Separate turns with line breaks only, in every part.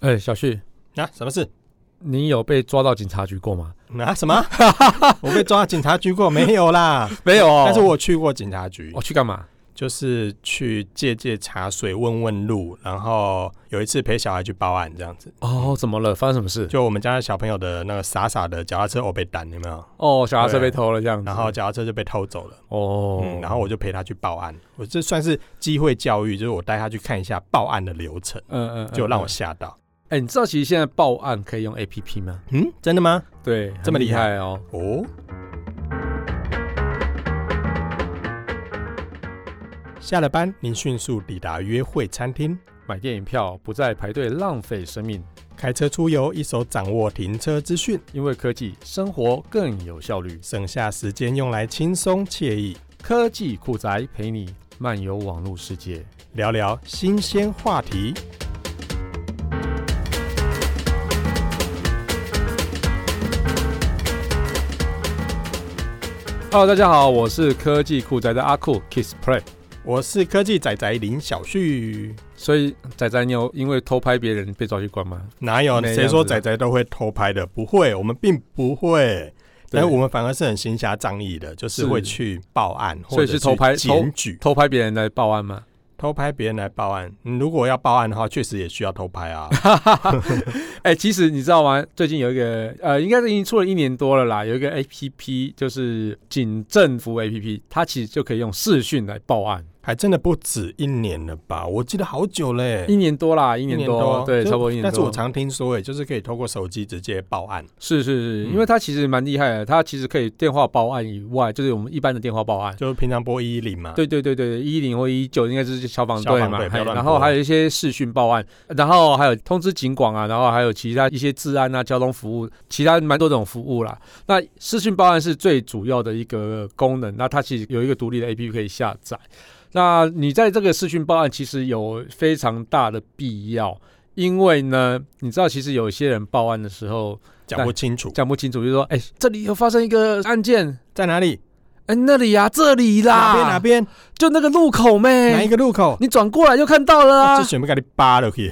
哎、小旭，
啊，什么事？
你有被抓到警察局过吗？
啊，什么？ 我被抓到警察局过没有啦？
没有、
但是我去过警察局
哦我，去干嘛？
就是去借借茶水、问问路，然后有一次陪小孩去报案这样子。
哦，怎么了？发生什么事？
就我们家小朋友的那个傻傻的脚踏车我被单有没有？
哦，小孩车被偷了这样子。
啊然后脚踏车就被偷走了，
哦、
嗯，然后我就陪他去报案。我这算是机会教育，就是我带他去看一下报案的流程，
嗯嗯嗯
就让我
嗯
吓到。
哎、你知道其实现在报案可以用 APP 吗？
嗯，真的吗？
对，
这么
很
厉害
哦。
哦。下了班，您迅速抵达约会餐厅，
买电影票不再排队浪费生命，
开车出游，一手掌握停车资讯，
因为科技生活更有效率。
省下时间用来轻松惬意
科技酷宅陪你漫游网络世界。
聊聊新鲜话题。
Hello，大家好，我是科技酷宅的阿酷 Kiss Play。
我是科技仔仔林小旭，
所以仔仔，你有因为偷拍别人被抓去关吗？
哪有
没
谁说
样子
仔仔都会偷拍的？不会，我们并不会。
对
但是我们反而是很行侠仗义的，就是
是
会去报案或
所以
者
是偷拍偷
检举。
偷拍别人来报案吗？
偷拍别人来报案，你如果要报案的话，确实也需要偷拍 啊。
哎、其实你知道吗？最近有一个呃，应该是已经出了一年多了啦，有一个 A P P 就是警政服 A P P，它其实就可以用视讯来报案，
还真的不止一年了吧？我记得好久嘞、
一年多啦，一
一
年多，对，
就
差不多一年多。
但是我常听说、哎，就是可以透过手机直接报案。
是是是，
嗯
因为它其实蛮厉害的，它其实可以电话报案以外，就是我们一般的电话报案。
就是平常拨一一零嘛。，
对对对对，一零或一九应该就是消防队
消
嘛
防队，不
嘿
要乱
然后
拨
还有一些视讯报案，然后还有通知警广啊，然后还有其他一些治安啊、交通服务，其他蛮多种服务啦。那视讯报案是最主要的一个功能，那它其实有一个独立的 APP 可以下载。那你在这个视讯报案其实有非常大的必要，因为呢，你知道其实有些人报案的时候
讲不清楚
讲不清楚，就说哎、这里有发生一个案件，
在哪里，
哎、那里呀、这里啦，
哪边哪边、
就那个路口咩，
哪一个路口，
你转过来就看到了
哇
哎啊
哦这。全部给你扒了去，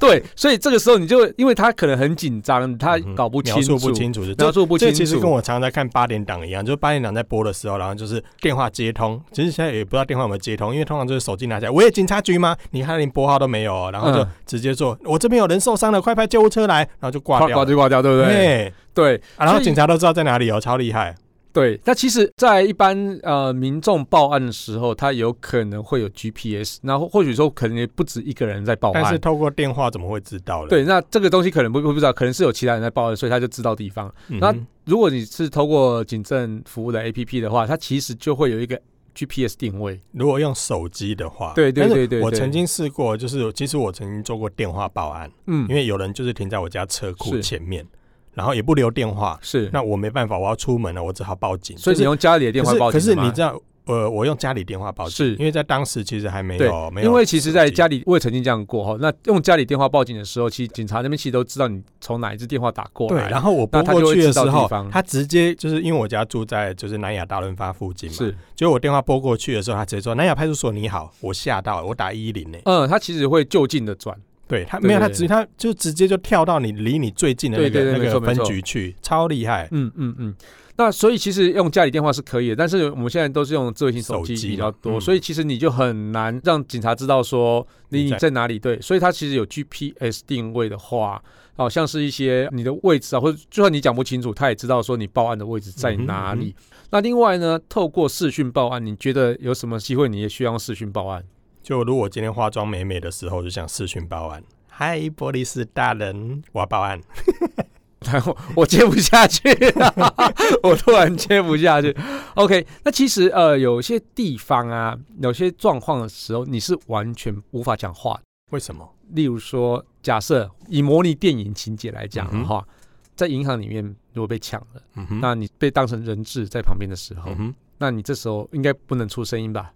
对，所以这个时候你就，因为他可能很紧张，他搞不清
嗯描
楚，
述不清楚，就
描
这。
述不
这
清
其实跟
楚。
我常常在看八点档一样，就是八点档在播的时候，然后就是电话接通，其实现在也不知道电话有没有接通，因为通常就是手机拿起来，喂，警察局吗？你看连拨号都没有哦，然后就
嗯
直接说，我这边有人受伤了，快派救护车来，然后就挂
挂
掉
挂
了。
就挂掉，对不对？
对，
对
啊然后
所以
警察都知道在哪里哦，超厉害。
对。那其实，在一般呃民众报案的时候，他有可能会有 GPS，然后或许说可能也不止一个人在报
但是
案。
透过电话怎么会知道呢？
对，那这个东西可能不不知道，可能是有其他人在报案，所以他就知道地方。
嗯哼，
那如果你是透过警政服务的 APP 的话，它其实就会有一个 GPS 定位。
如果用手机的话，
对对
但是
对对
我
对
曾经试过，就是其实我曾经做过电话报案，
嗯
因，为有人就是停在我家车库
是
前面，然后也不留电话，
是。
那我没办法，我要出门了，我只好报警。
所以你
就是
用家里的电话报
可
警
是可
的
是
吗
你知道，呃，我用家里电话报警，
是
因为在当时其实还没有没有手机，
因为其实，在家里我也曾经这样过哈。那用家里电话报警的时候，其实警察那边其实都知道你从哪一支电话打过
对，
来。
然后我
那
拨
他就
过
会
去
知
的
道
时
地
候，
方
他直接就是因为我家住在就是南亚大润发附近嘛，
是，
结果我电话拨过去的时候，他直接说南亚派出所你好，我吓到了，我打 一零呢。
嗯，他其实会就近的转，
对他
对
没有，
对
他
对
直他就直接就跳到你离你最近的那
对对
个
对没
那
错
个
没
分
错
局去，超厉害。
嗯嗯嗯。那所以其实用家里电话是可以的，但是我们现在都是用智慧型手机
手机
比较多，
嗯
所以其实你就很难让警察知道说你
你在
在哪里。对，所以它其实有 GPS 定位的话，好、像是一些你的位置啊，或者就算你讲不清楚，他也知道说你报案的位置在哪
嗯
里。那另外呢，透过视讯报案，你觉得有什么机会你也需要用视讯报案？
就如果今天化妆美美的时候，就想视讯报案。嗨，波利斯大人，我要报案。
然后 我接不下去了，我突然接不下去。OK，那其实呃，有些地方啊，有些状况的时候，你是完全无法讲话的。
为什么？
例如说，假设以模拟电影情节来讲的
嗯哼
话，在银行里面如果被抢了，
嗯哼
那你被当成人质在旁边的时候，
嗯哼，
那你这时候应该不能出声音吧？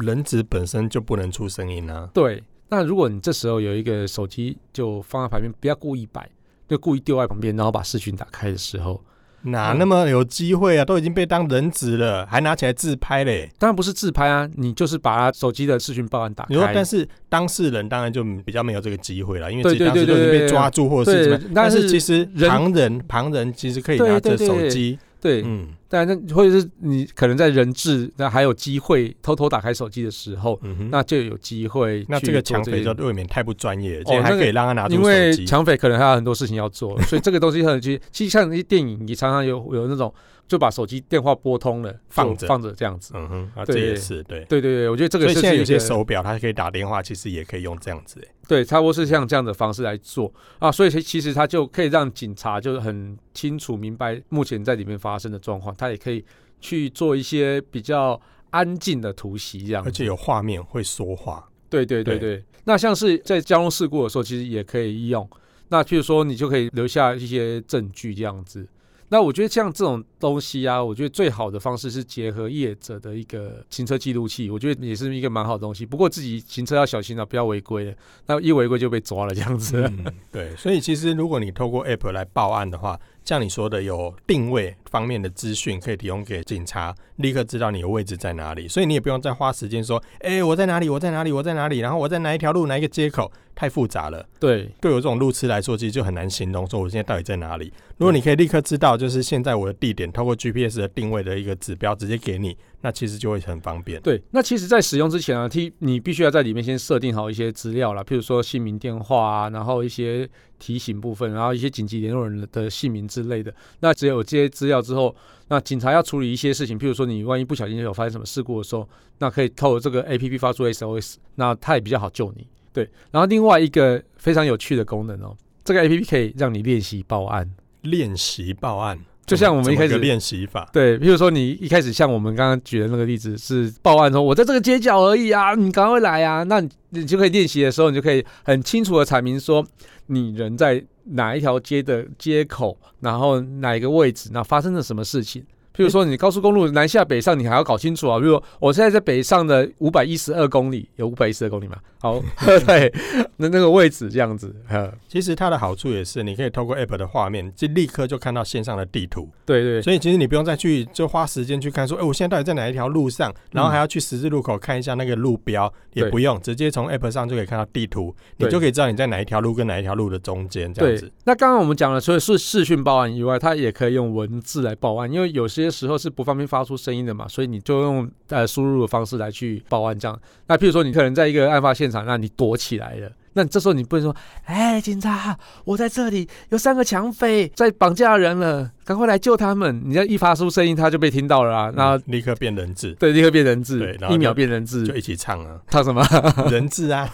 人质本身就不能出声音啊。
对。那如果你这时候有一个手机就放在旁边，不要故意摆，就故意丢在旁边，然后把视讯打开的时候，
哪那么有机会啊？都已经被当人质了，还拿起来自拍嘞。
当然不是自拍啊，你就是把他手机的视讯报案打开。
你说，但是当事人当然就比较没有这个机会了，因为
对
其实当
对
时
对
都是
对
被抓住或者是怎么
对
样。，
但
但
是
是其实
人
旁人旁人其实可以
对
拿
对
着
对
手
对
机，
对，
嗯
但那或者是你可能在人质那还有机会偷偷打开手机的时候，
嗯哼，
那就有机会
那
去
这个
做
抢匪
些
就未免太不专业了，
哦
竟然还
那个
可以让他拿出
因
手
为
机。
抢匪可能还有很多事情要做，所以这个东西很去，其实像一些电影，你常常有有那种就把手机电话拨通了，
放
就
着
放着这样子。
嗯哼，啊，这
对
也是对。
对对对，我觉得这个
所以
是
现在有些
个
手表它可以打电话，其实也可以用这样子、欸。
对，差不多是像这样的方式来做啊，所以其其实它就可以让警察就是很清楚明白目前在里面发生的状况，他也可以去做一些比较安静的突袭这样
而
子。
且有画面会说话。
对对对对，那像是在交通事故的时候，其实也可以用。那譬如说，你就可以留下一些证据这样子。那我觉得像这种东西啊，我觉得最好的方式是结合业者的一个行车记录器，我觉得也是一个蛮好的东西。不过自己行车要小心啊，不要违规了。那一违规就被抓了这样子。
嗯，对，所以其实如果你透过 App 来报案的话，像你说的有定位方面的资讯可以提供给警察，立刻知道你的位置在哪里，所以你也不用再花时间说，哎、我在哪里，我在哪里，我在哪里，然后我在哪一条路，哪一个街口，太复杂了。
对
对我这种路痴来说，其实就很难形容说我现在到底在哪里。如果你可以立刻知道，就是现在我的地点，透过 GPS 的定位的一个指标直接给你，那其实就会很方便。
对，那其实，在使用之前啊，T 你必须要在里面先设定好一些资料啦，譬如说姓名、电话啊，然后一些提醒部分，然后一些紧急联络人的姓名之类的。那只有这些资料之后，那警察要处理一些事情，譬如说你万一不小心有发生什么事故的时候，那可以透过这个 A P P 发出 S O S，那它也比较好救你。对，然后另外一个非常有趣的功能哦，这个 A P P 可以让你练习报案。
练习报案，
就像我们一开始
怎么个练习法，
对，譬如说你一开始像我们刚刚举的那个例子是报案说，我在这个街角而已啊，你赶快来啊，那你你就可以练习的时候，你就可以很清楚的阐明说你人在哪一条街的街口，然后哪一个位置，那发生了什么事情。譬如说，你高速公路南下北上，你还要搞清楚啊。比如我现在在北上的五百一十二公里，有五百一十二公里嘛？好， 对，那那个位置这样子，呃，
其实它的好处也是，你可以透过 App 的画面，就立刻就看到线上的地图，
对对
所以其实你不用再去就花时间去看说，哎、我现在到底在哪一条路上，然后还要去十字路口看一下那个路标，也
对
不用，直接从 App 上就可以看到地图，你
对
就可以知道你在哪一条路跟哪一条路的中间这样子。
那刚刚我们讲了，除了是视讯报案以外，它也可以用文字来报案，因为有些时候是不方便发出声音的嘛，所以你就用呃输入的方式来去报案。这样，那譬如说你可能在一个案发现场，那你躲起来了。那你这时候你不能说，哎、警察，我在这里，有三个抢匪在绑架人了，赶快来救他们！你这一发出声音，他就被听到了啊，那、
嗯立刻变人质，
对，立刻变人质
对然，后
一秒
就
变人质
就，一起唱啊，
他什么？
人质啊，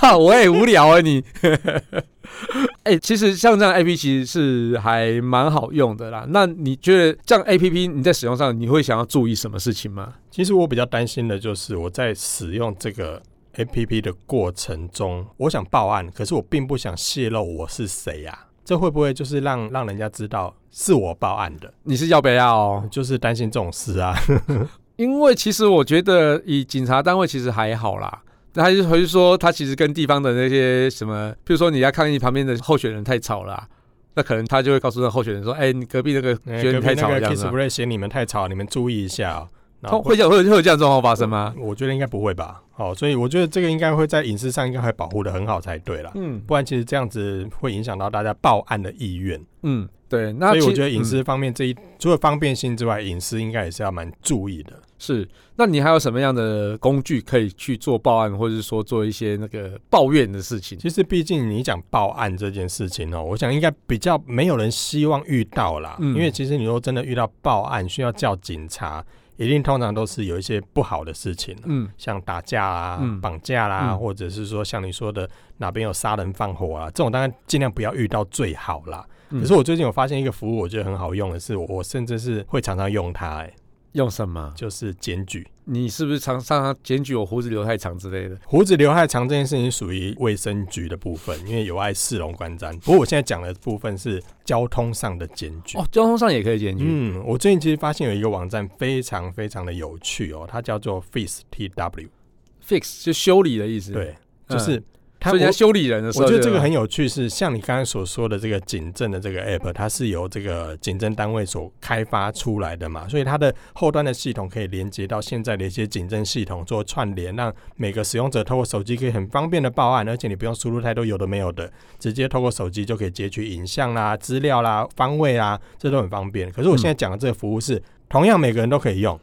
啊， 我也无聊啊你。 哎、其实像这样 A P P 其实是还蛮好用的啦。那你觉得这样 A P P 你在使用上你会想要注意什么事情吗？
其实我比较担心的就是我在使用这个 A P P 的过程中，我想报案，可是我并不想泄露我是谁呀、啊，这会不会就是让让人家知道是我报案的？
你是要不要哦？
就是担心这种事啊。
因为其实我觉得以警察单位其实还好啦。那他就回去说，他其实跟地方的那些什么，比如说你要抗议旁边的候选人太吵啦、那可能他就会告诉那候选人说：“哎、你隔壁那个
哎
觉得你
隔壁
太
那
吵了
个
这样
Kiss
子啊。
Play 嫌你们太吵，你们注意一下、哦。”然
通
后
会有会有会有这样的状况发生吗？
我觉得应该不会吧。哦，所以我觉得这个应该会在隐私上应该还保护的很好才对啦。
嗯
不然其实这样子会影响到大家报案的意愿，
嗯，对。那
所以我
其
觉得隐
嗯
私方面这一、除了方便性之外，隐私应该也是要蛮注意的。
是，那你还有什么样的工具可以去做报案，或者是说做一些那个抱怨的事情？
其实毕竟你讲报案这件事情哦，我想应该比较没有人希望遇到啦，
嗯
因为其实你说真的遇到报案需要叫警察，一定通常都是有一些不好的事情。
嗯，
像打架啊、
嗯
绑架啦、
嗯
或者是说像你说的哪边有杀人放火啊，这种当然尽量不要遇到最好啦。
嗯
可是我最近有发现一个服务，我觉得很好用的是，我我甚至是会常常用它、欸，
用什么？
就是检举。
你是不是常常检举我胡子留太长之类的？
胡子刘海长这件事情属于卫生局的部分，因为有碍市容观瞻。不过我现在讲的部分是交通上的检举。
哦，交通上也可以检举。
嗯，我最近其实发现有一个网站非常非常的有趣哦，它叫做 Face TW。
Fix 就修理的意思。
对，
嗯，
就是它
所以在修理人的时候，
我觉得这个很有趣是，像你刚刚所说的这个警政的这个 app，它是由这个警政单位所开发出来的嘛，所以它的后端的系统可以连接到现在的一些警政系统做串联，让每个使用者透过手机可以很方便的报案，而且你不用输入太多有的没有的，直接透过手机就可以截取影像啦、资料啦、方位啦，这都很方便。可是我
嗯
现在讲的这个服务是，同样每个人都可以用。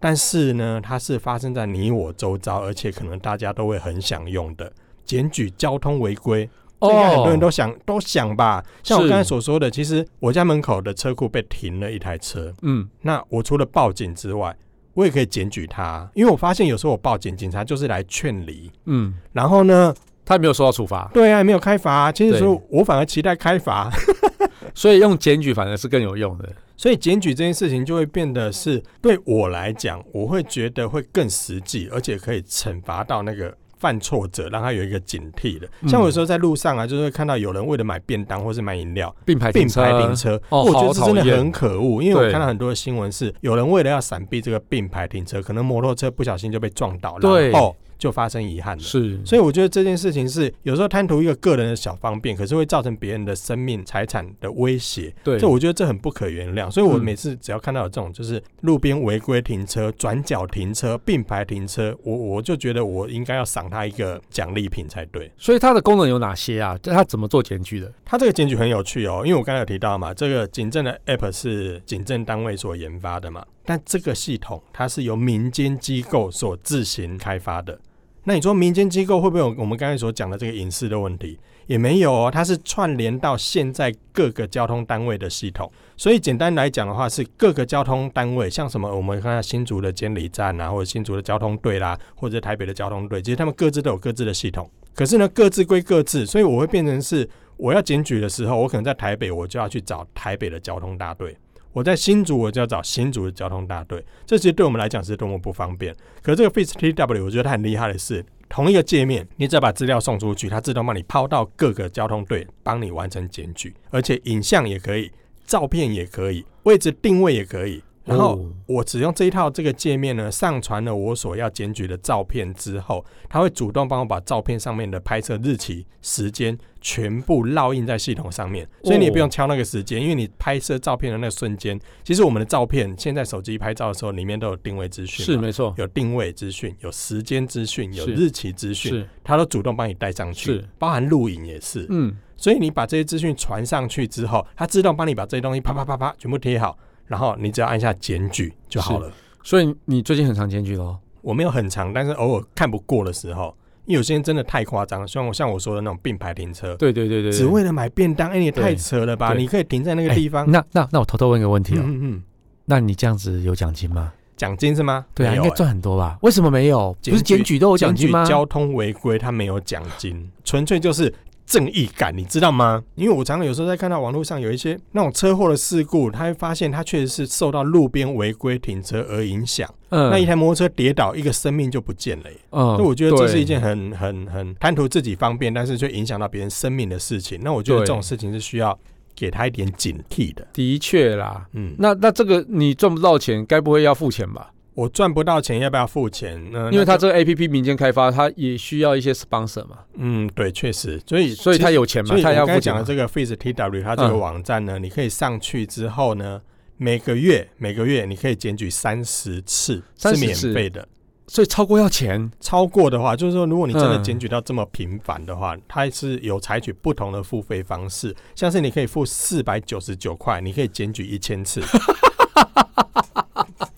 但是呢，它是发生在你我周遭，而且可能大家都会很想用的。检举交通违规，这应该很多人都想、都想吧。像
哦
我
是
刚才所说的，其实我家门口的车库被停了一台车，
嗯
那我除了报警之外，我也可以检举他，因为我发现有时候我报警，警察就是来劝离。
嗯，
然后呢？
他没有受到处罚，
对啊，没有开罚、其实
对
说我反而期待开罚，
所以用检举反而是更有用的。
所以检举这件事情就会变得是对我来讲，我会觉得会更实际，而且可以惩罚到那个犯错者，让他有一个警惕的。
嗯
像我有时候在路上啊，就是会看到有人为了买便当或是买饮料，
并排
并
停车，
排停车，
哦
我觉得
好
这真的
讨厌
很可恶。因为我
对
看到很多的新闻是，有人为了要闪避这个并排停车，可能摩托车不小心就被撞倒，
对
然后就发生遗憾了。
是，
所以我觉得这件事情是有时候贪图一个个人的小方便，可是会造成别人的生命财产的威胁。
对，
这我觉得这很不可原谅，所以我
嗯
每次只要看到有这种就是路边违规停车、转角停车、并排停车，我我就觉得我应该要赏他一个奖励品才对。
所以它的功能有哪些啊？它怎么做检举的？
他这个检举很有趣哦，因为我刚才有提到嘛，这个警政的 app 是警政单位所研发的嘛，但这个系统它是由民间机构所自行开发的。那你说民间机构会不会有我们刚才所讲的这个隐私的问题？也没有哦，它是串联到现在各个交通单位的系统，所以简单来讲的话，是各个交通单位，像什么我们看到新竹的监理站啊，或者新竹的交通队啦、或者台北的交通队，其实他们各自都有各自的系统，可是呢，各自归各自，所以我会变成是我要检举的时候，我可能在台北，我就要去找台北的交通大队；我在新竹，我就要找新竹的交通大队。这其实对我们来讲是多么不方便。可是这个 Face TW，我觉得它很厉害的是，同一个界面，你只要把资料送出去，它自动帮你抛到各个交通队，帮你完成检举，而且影像也可以，照片也可以，位置定位也可以。然后
哦
我只用这一套这个界面呢，上传了我所要检举的照片之后，它会主动帮我把照片上面的拍摄日期、时间全部烙印在系统上
哦
面，所以你也不用敲那个时间，因为你拍摄照片的那个瞬间，其实我们的照片现在手机拍照的时候，里面都有定位资讯嘛，
是没错，
有定位资讯、有时间资讯、有
是
日期资讯，
是
它都主动帮你带上去
是，
包含录影也是。
嗯，
所以你把这些资讯传上去之后，它自动帮你把这些东西啪啪啪啪全部贴好，然后你只要按下检举就好了。
所以你最近很常检举咯。
我没有很长，但是偶尔看不过的时候，因为有些人真的太夸张，像我像我说的那种并排停车，
对对对对，对
只为了买便当，哎、你也太扯了吧！
对
你可以停在那个地方，
那那那我偷偷问一个问题
哎嗯
哦，
嗯嗯，
那你这样子有奖金吗？
奖金是吗？
对啊，
没
应
有
该
哎
赚很多吧？为什么没有？
检举
不是检举都有奖金吗
检举？交通违规他没有奖金，纯粹就是正义感，你知道吗？因为我常常有时候在看到网络上有一些那种车祸的事故，他会发现他确实是受到路边违规停车而影响，
嗯
那一台摩托车跌倒，一个生命就不见了耶。
嗯
所以我觉得这是一
对
件很很很贪图自己方便，但是却影响到别人生命的事情。那我觉得
对
这种事情是需要给他一点警惕的。
的确啦。
嗯，
那那这个你赚不到钱，该不会要付钱吧？
我赚不到钱，要不要付钱？嗯那
因为它
那就
这个 A P P 民间开发，它也需要一些 sponsor 嘛，
嗯，对，确实，所以
所以它
有
有钱嘛
所，以
它
我
也要
刚才
付
讲
钱
的
嘛。
这个 Face TW，它这个
嗯
网站呢，你可以上去之后呢，每个月每个月你可以检举三十次，是
30
免
次
费的。
所以超过要钱，
超过的话，就是说，如果你真的
嗯
检举到这么频繁的话，它是有采取不同的付费方式，像是你可以付四百九十九块，你可以检举一千次，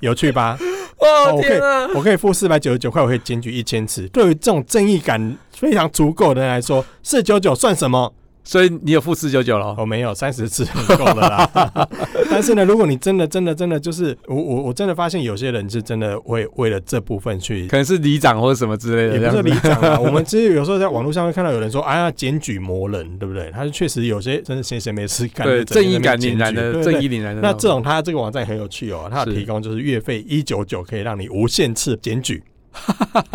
有趣吧？
哦
我可以
天啊！
我可以付四百九十九块，我可以检举一千次。对于这种正义感非常足够的人来说，四九九算什么？
所以你有付四九九了
我、，没有三十次很够了啦。 但是呢，如果你真的真的真的就是我我我真的发现有些人是真的会为了这部分去
可能是里长或者什么之类的
也
这
不是
样
里
子。
长啊， 我们其实有时候在网络上会看到有人说，哎呀，检举魔人，对不对？他是确实有些真的闲闲没事干，
对，
就整
正
天
义
在那
感
边
凛然
检举
的，
对
正
对
义凛然的
那
种
这种它这个网站也很有趣哦，它有
是
提供就是月费一九九可以让你无限次 检举，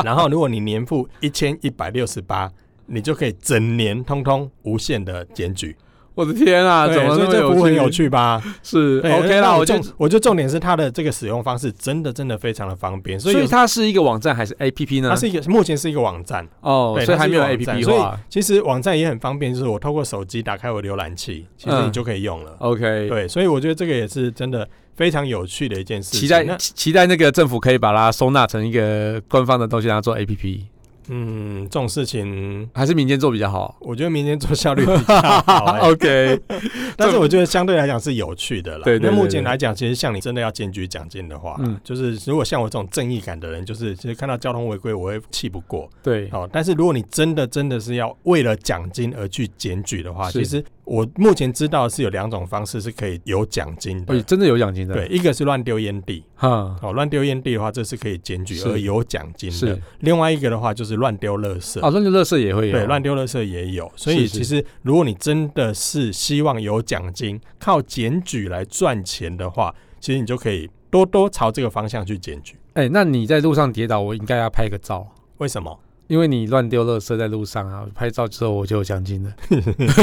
然后如果你年付一千一百六十八，你就可以整年通通无限的检举。
我的天啊，
对
怎么那
所以
么
这服务很有
趣？
趣吧？
是
对
OK
那
啦，我就
重我觉得重点是它的这个使用方式真的真的非常的方便，所
所
以有
以它是一个网站还是 APP 呢
它？是一个目前是一个网站，
哦，
对
所以
它
还
是
没
一
有
个网站
APP
所以
化。
其实网站也很方便，就是我透过手机打开我浏览器，其实你
嗯
就可以用了。
OK，
对，所以我觉得这个也是真的非常有趣的一件事情。
期待
那
期期待那个政府可以把它收纳成一个官方的东西，让它做 APP，
嗯，这种事情
还是民间做比较好。
我觉得明天做效 率比较好、
哦
欸
OK，
但是我觉得相对来讲是有趣的啦。
对对对
那目前来讲，其实像你真的要检举奖金的话，
嗯
就是如果像我这种正义感的人，就是其实看到交通违规我会气不过。
对，
哦，但是如果你真的真的是要为了奖金而去检举的话，
是
其实我目前知道是有两种方式是可以有奖金的。
哎，真的有奖金的。
对，，一个是乱丢烟蒂，
哈，
哦，乱丢烟蒂的话，这是可以检举
是
而有奖金的
是。
另外一个的话就是乱丢垃圾，
啊，乱丢垃圾也会有。
对，乱丢垃圾也有。所
是
以
是
其实如果你真的是希望有奖金，靠检举来赚钱的话，其实你就可以多多朝这个方向去检举。
哎，那你在路上跌倒，我应该要拍个照。
为什么？
因为你乱丢垃圾在路上啊，拍照之后我就有奖 金了。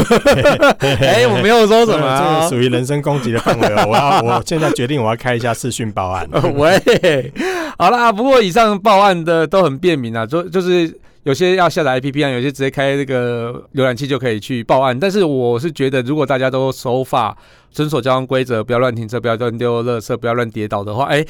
哎、我没有说什么、
这
啊
个。属于人身攻击的范围哦。 我要，我现在决定我要开一下视讯报案。
喂，好啦，不过以上报案的都很便民啊，就就是有些要下载 APP 啊，有些直接开这个浏览器就可以去报案。但是我是觉得，如果大家都守法、遵守交通规则，不要乱停车，不要乱丢垃圾，不要乱跌倒的话，哎、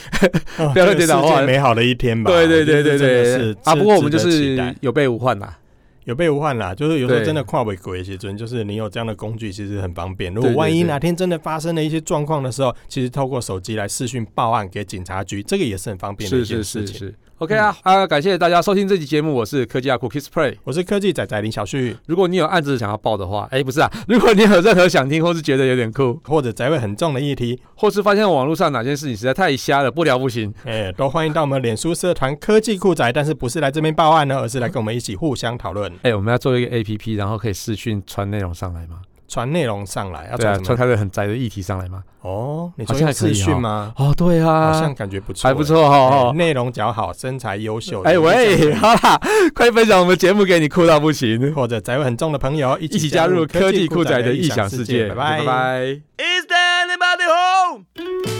哦
不要再
这个
跌倒
世界
话
美好的一天吧。
对对对对
我觉得这真的
对
是，
啊，不过我们就
值得期待
是有备无患啊啦。
有备无患啦，就是有时候
对
真的跨尾鬼其实就是你有这样的工具，其实很方便。如
对
果
对
万一
对
哪天真的发生了一些状况的时候，其实透过手机来视讯报案给警察局，这个也是很方便的一
是
件
是是
事情。嗯
是，OK 啊、啊，感谢大家收听这期节目，我是科技阿酷 Kiss Play。
我是科技仔仔林小旭，
如果你有案子想要报的话，哎，不是啊，如果你有任何想听或是觉得有点酷，
或者宅味很重的议题，
或是发现网络上哪件事情实在太瞎了，不聊不行。
哎、都欢迎到我们脸书社团科技酷宅，但是不是来这边报案呢，而是来跟我们一起互相讨论，
哎，我们要做一个 A P P，然后可以视讯传内容上来吗？
传内容上来，要
对
传
啊，
什么？
传他的很宅的议题上来吗？
哦，你
好像
昨天
还可以
视讯
哦
吗？
哦，对
好
啊，
像感觉不错、
还不。错
哎
哦。
内容较好，身材优秀。
哎喂，好啦，快分享我们节目给你酷到不行，
或者宅味很重的朋友一
一起加入科技酷宅的异想世界。
拜拜
拜拜。
Is there anybody home?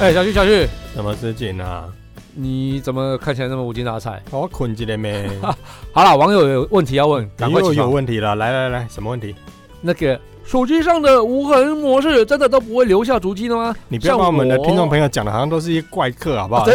哎，小旭小旭，
什么事情啊？
你怎么看起来那么无精打采？
我困起来没？
好啦，网友有问题要问，赶
你
快
又
起床
有问题了，来来来，什么问题？
那个手机上的无痕模式真的都不会留下足迹的吗？
你不要把我们的听众朋友讲的好像都是一些怪客，好不好？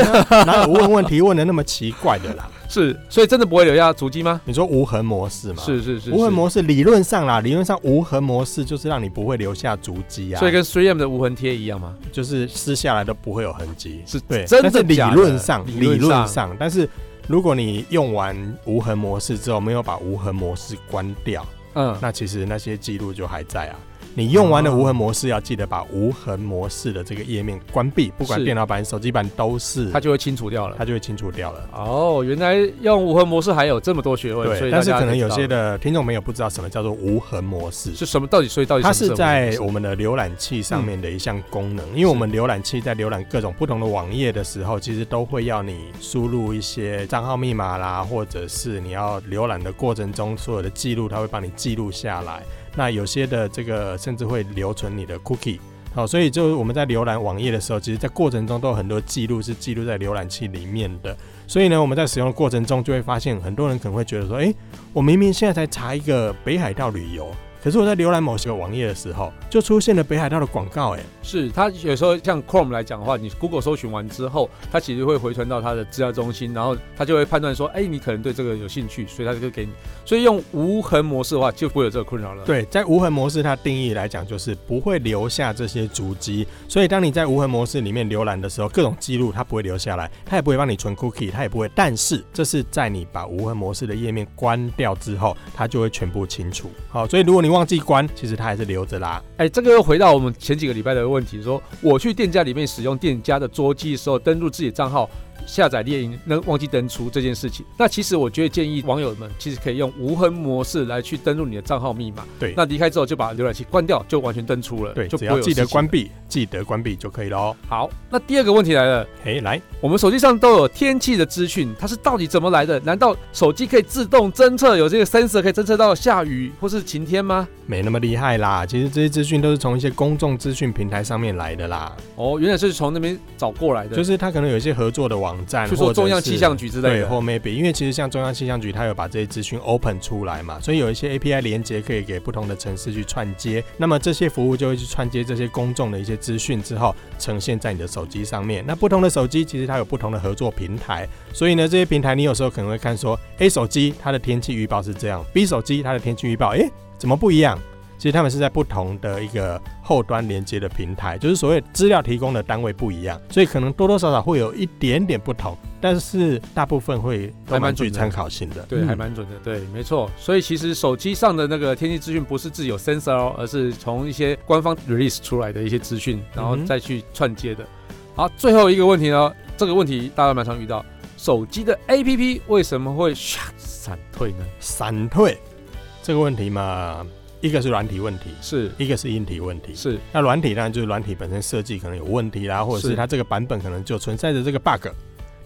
哪有问问题问的那么奇怪的啦？
是，所以真的不会留下足迹吗？
你说无痕模式嘛？。
是是是，
无痕
是，
模式理论上啦，理论上无痕模式就是让你不会留下足迹啊，
所以跟 3M 的无痕贴一样吗？
就是撕下来都不会有痕迹。
是
对，
真
但是
的
理
假的
论上，
理
理
论
论
上
上，但是如果你用完无痕模式之后，没有把无痕模式关掉，
嗯，
那其实那些记录就还在啊。你用完了无痕模式，要记得把无痕模式的这个页面关闭，不管
是
电脑版、手机版都是，
它就会清除掉了
它。就会清除掉了。
哦，原来用无痕模式还有这么多学问，所
对，
以
但是
大家
可能有
知道
些的听众朋友不知道什么叫做无痕模式。
是什么？到底所以到底
它
什么
是
无痕模
在
式
我们的浏览器
嗯
上面的一项功能，因为我们浏览器在浏览各种不同的网页的时候，其实都会要你输入一些账号密码啦，或者是你要浏览的过程中所有的记录，它会帮你记录下来。那有些的这个甚至会留存你的 cookie。好，所以就是我们在浏览网页的时候，其实在过程中都有很多记录是记录在浏览器里面的。所以呢，我们在使用的过程中就会发现，很多人可能会觉得说，诶，我明明现在才查一个北海道旅游，可是我在浏览某些网页的时候，就出现了北海道的广告、诶，哎
是它有时候像 Chrome 来讲的话，你 Google 搜寻完之后，它其实会回传到它的资料中心，然后它就会判断说，哎、你可能对这个有兴趣，所以它就给你。所以用无痕模式的话，就不会有这个困扰了。，
对，在无痕模式它定义来讲，就是不会留下这些足迹。所以当你在无痕模式里面浏览的时候，各种记录它不会留下来，它也不会帮你存 cookie，它也不会。但是这是在你把无痕模式的页面关掉之后，它就会全部清除。
嗯
好，所以如果你忘记关，其实它还是留着啦。
哎、这个又回到我们前几个礼拜的问题，说我去店家里面使用店家的桌机的时候，登录自己的账号，下载猎鹰那忘记登出这件事情。那其实我觉得建议网友们其实可以用无痕模式来去登录你的账号密码。
对
那离开之后就把浏览器关掉，就完全登出了。
对，
就
只
不会
要
有
记得
事情
关
了。
闭，记得关闭就可以喽。
好，那第二个问题来了，
嘿，来，
我们手机上都有天气的资讯，它是到底怎么来的？难道手机可以自动侦测有这个 sensor 可以侦测到下雨或是晴天吗？
没那么厉害啦，其实这些资讯都是从一些公众资讯平台上面来的啦，
哦，原来是从那边找过来的，
就是它可能有一些合作的网站，
就说
或者
中央
是
气象局之类
对，或
的。
maybe，因为其实像中央气象局，它有把这些资讯 open 出来嘛，所以有一些 API 连接可以给不同的城市去串接。那么这些服务就会去串接这些公众的一些资讯之后，呈现在你的手机上面。那不同的手机其实它有不同的合作平台，所以呢，这些平台你有时候可能会看说，A 手机它的天气预报是这样，B 手机它的天气预报，诶，怎么不一样？其实他们是在不同的一个后端连接的平台，就是所谓资料提供的单位不一样，所以可能多多少少会有一点点不同，但是大部分会都
还
蛮
蛮
具
准的
参考性的。
对，
嗯
还蛮准的，对，没错。所以其实手机上的那个天气资讯不是自己有 sensor，哦而是从一些官方 release 出来的一些资讯，然后
嗯哼
再去串接的。好，最后一个问题呢，这个问题大家蛮常遇到，手机的 APP 为什么会唰闪退呢？
闪嗯退这个问题嘛，一个是软体问题，
是
一个是硬体问题。
是，
那软体当然就是软体本身设计可能有问题啦，或者是
是
它这个版本可能就存在着这个 bug。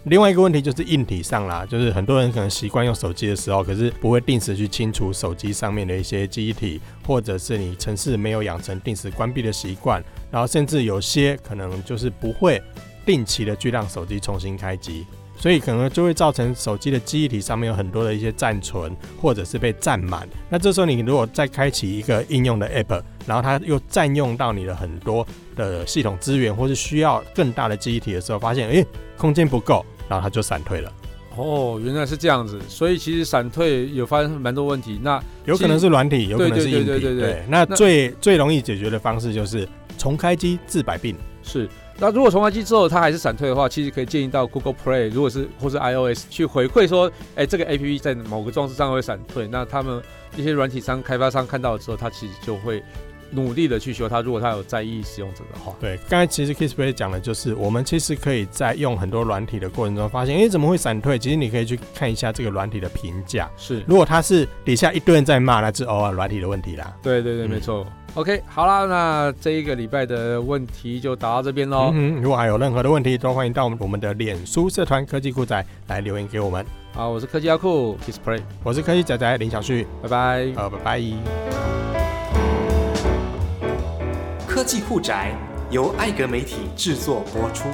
另外一个问题就是硬体上啦，就是很多人可能习惯用手机的时候，可是不会定时去清除手机上面的一些记忆体，或者是你城市没有养成定时关闭的习惯，然后甚至有些可能就是不会定期的去让手机重新开机，所以可能就会造成手机的记忆体上面有很多的一些暂存，或者是被占满。那这时候你如果再开启一个应用的 app，然后它又占用到你的很多的系统资源，或是需要更大的记忆体的时候，发现诶空间不够，然后它就闪退了。
哦，原来是这样子。所以其实闪退有发生蛮多问题。那
有可能是软体，有可能是硬体。
对对对对对
那
那
最最容易解决的方式就是重开机治百病。
是，那如果重开机之后它还是闪退的话，其实可以建议到 Google Play，如果是或是 iOS 去回馈说，哎、这个 APP 在某个装置上会闪退，那他们一些软体商、开发商看到了之后，他其实就会努力的去修它。如果他有在意使用者的话，
对，刚才其实 Kissplay 讲的就是，我们其实可以在用很多软体的过程中发现，诶，怎么会闪退？其实你可以去看一下这个软体的评价。
是，
如果它是底下一堆人在骂，那是偶尔软体的问题啦。
对对对，
嗯
没错。OK，好啦，那这一个礼拜的问题就答到这边喽。
嗯哼，如果还有任何的问题，都欢迎到我们我们的脸书社团科技酷仔来留言给我们。
好，我是科技阿酷 Display，
我是科技仔仔林小旭，
拜拜。
呃，拜拜。
科技酷宅由艾格媒体制作播出。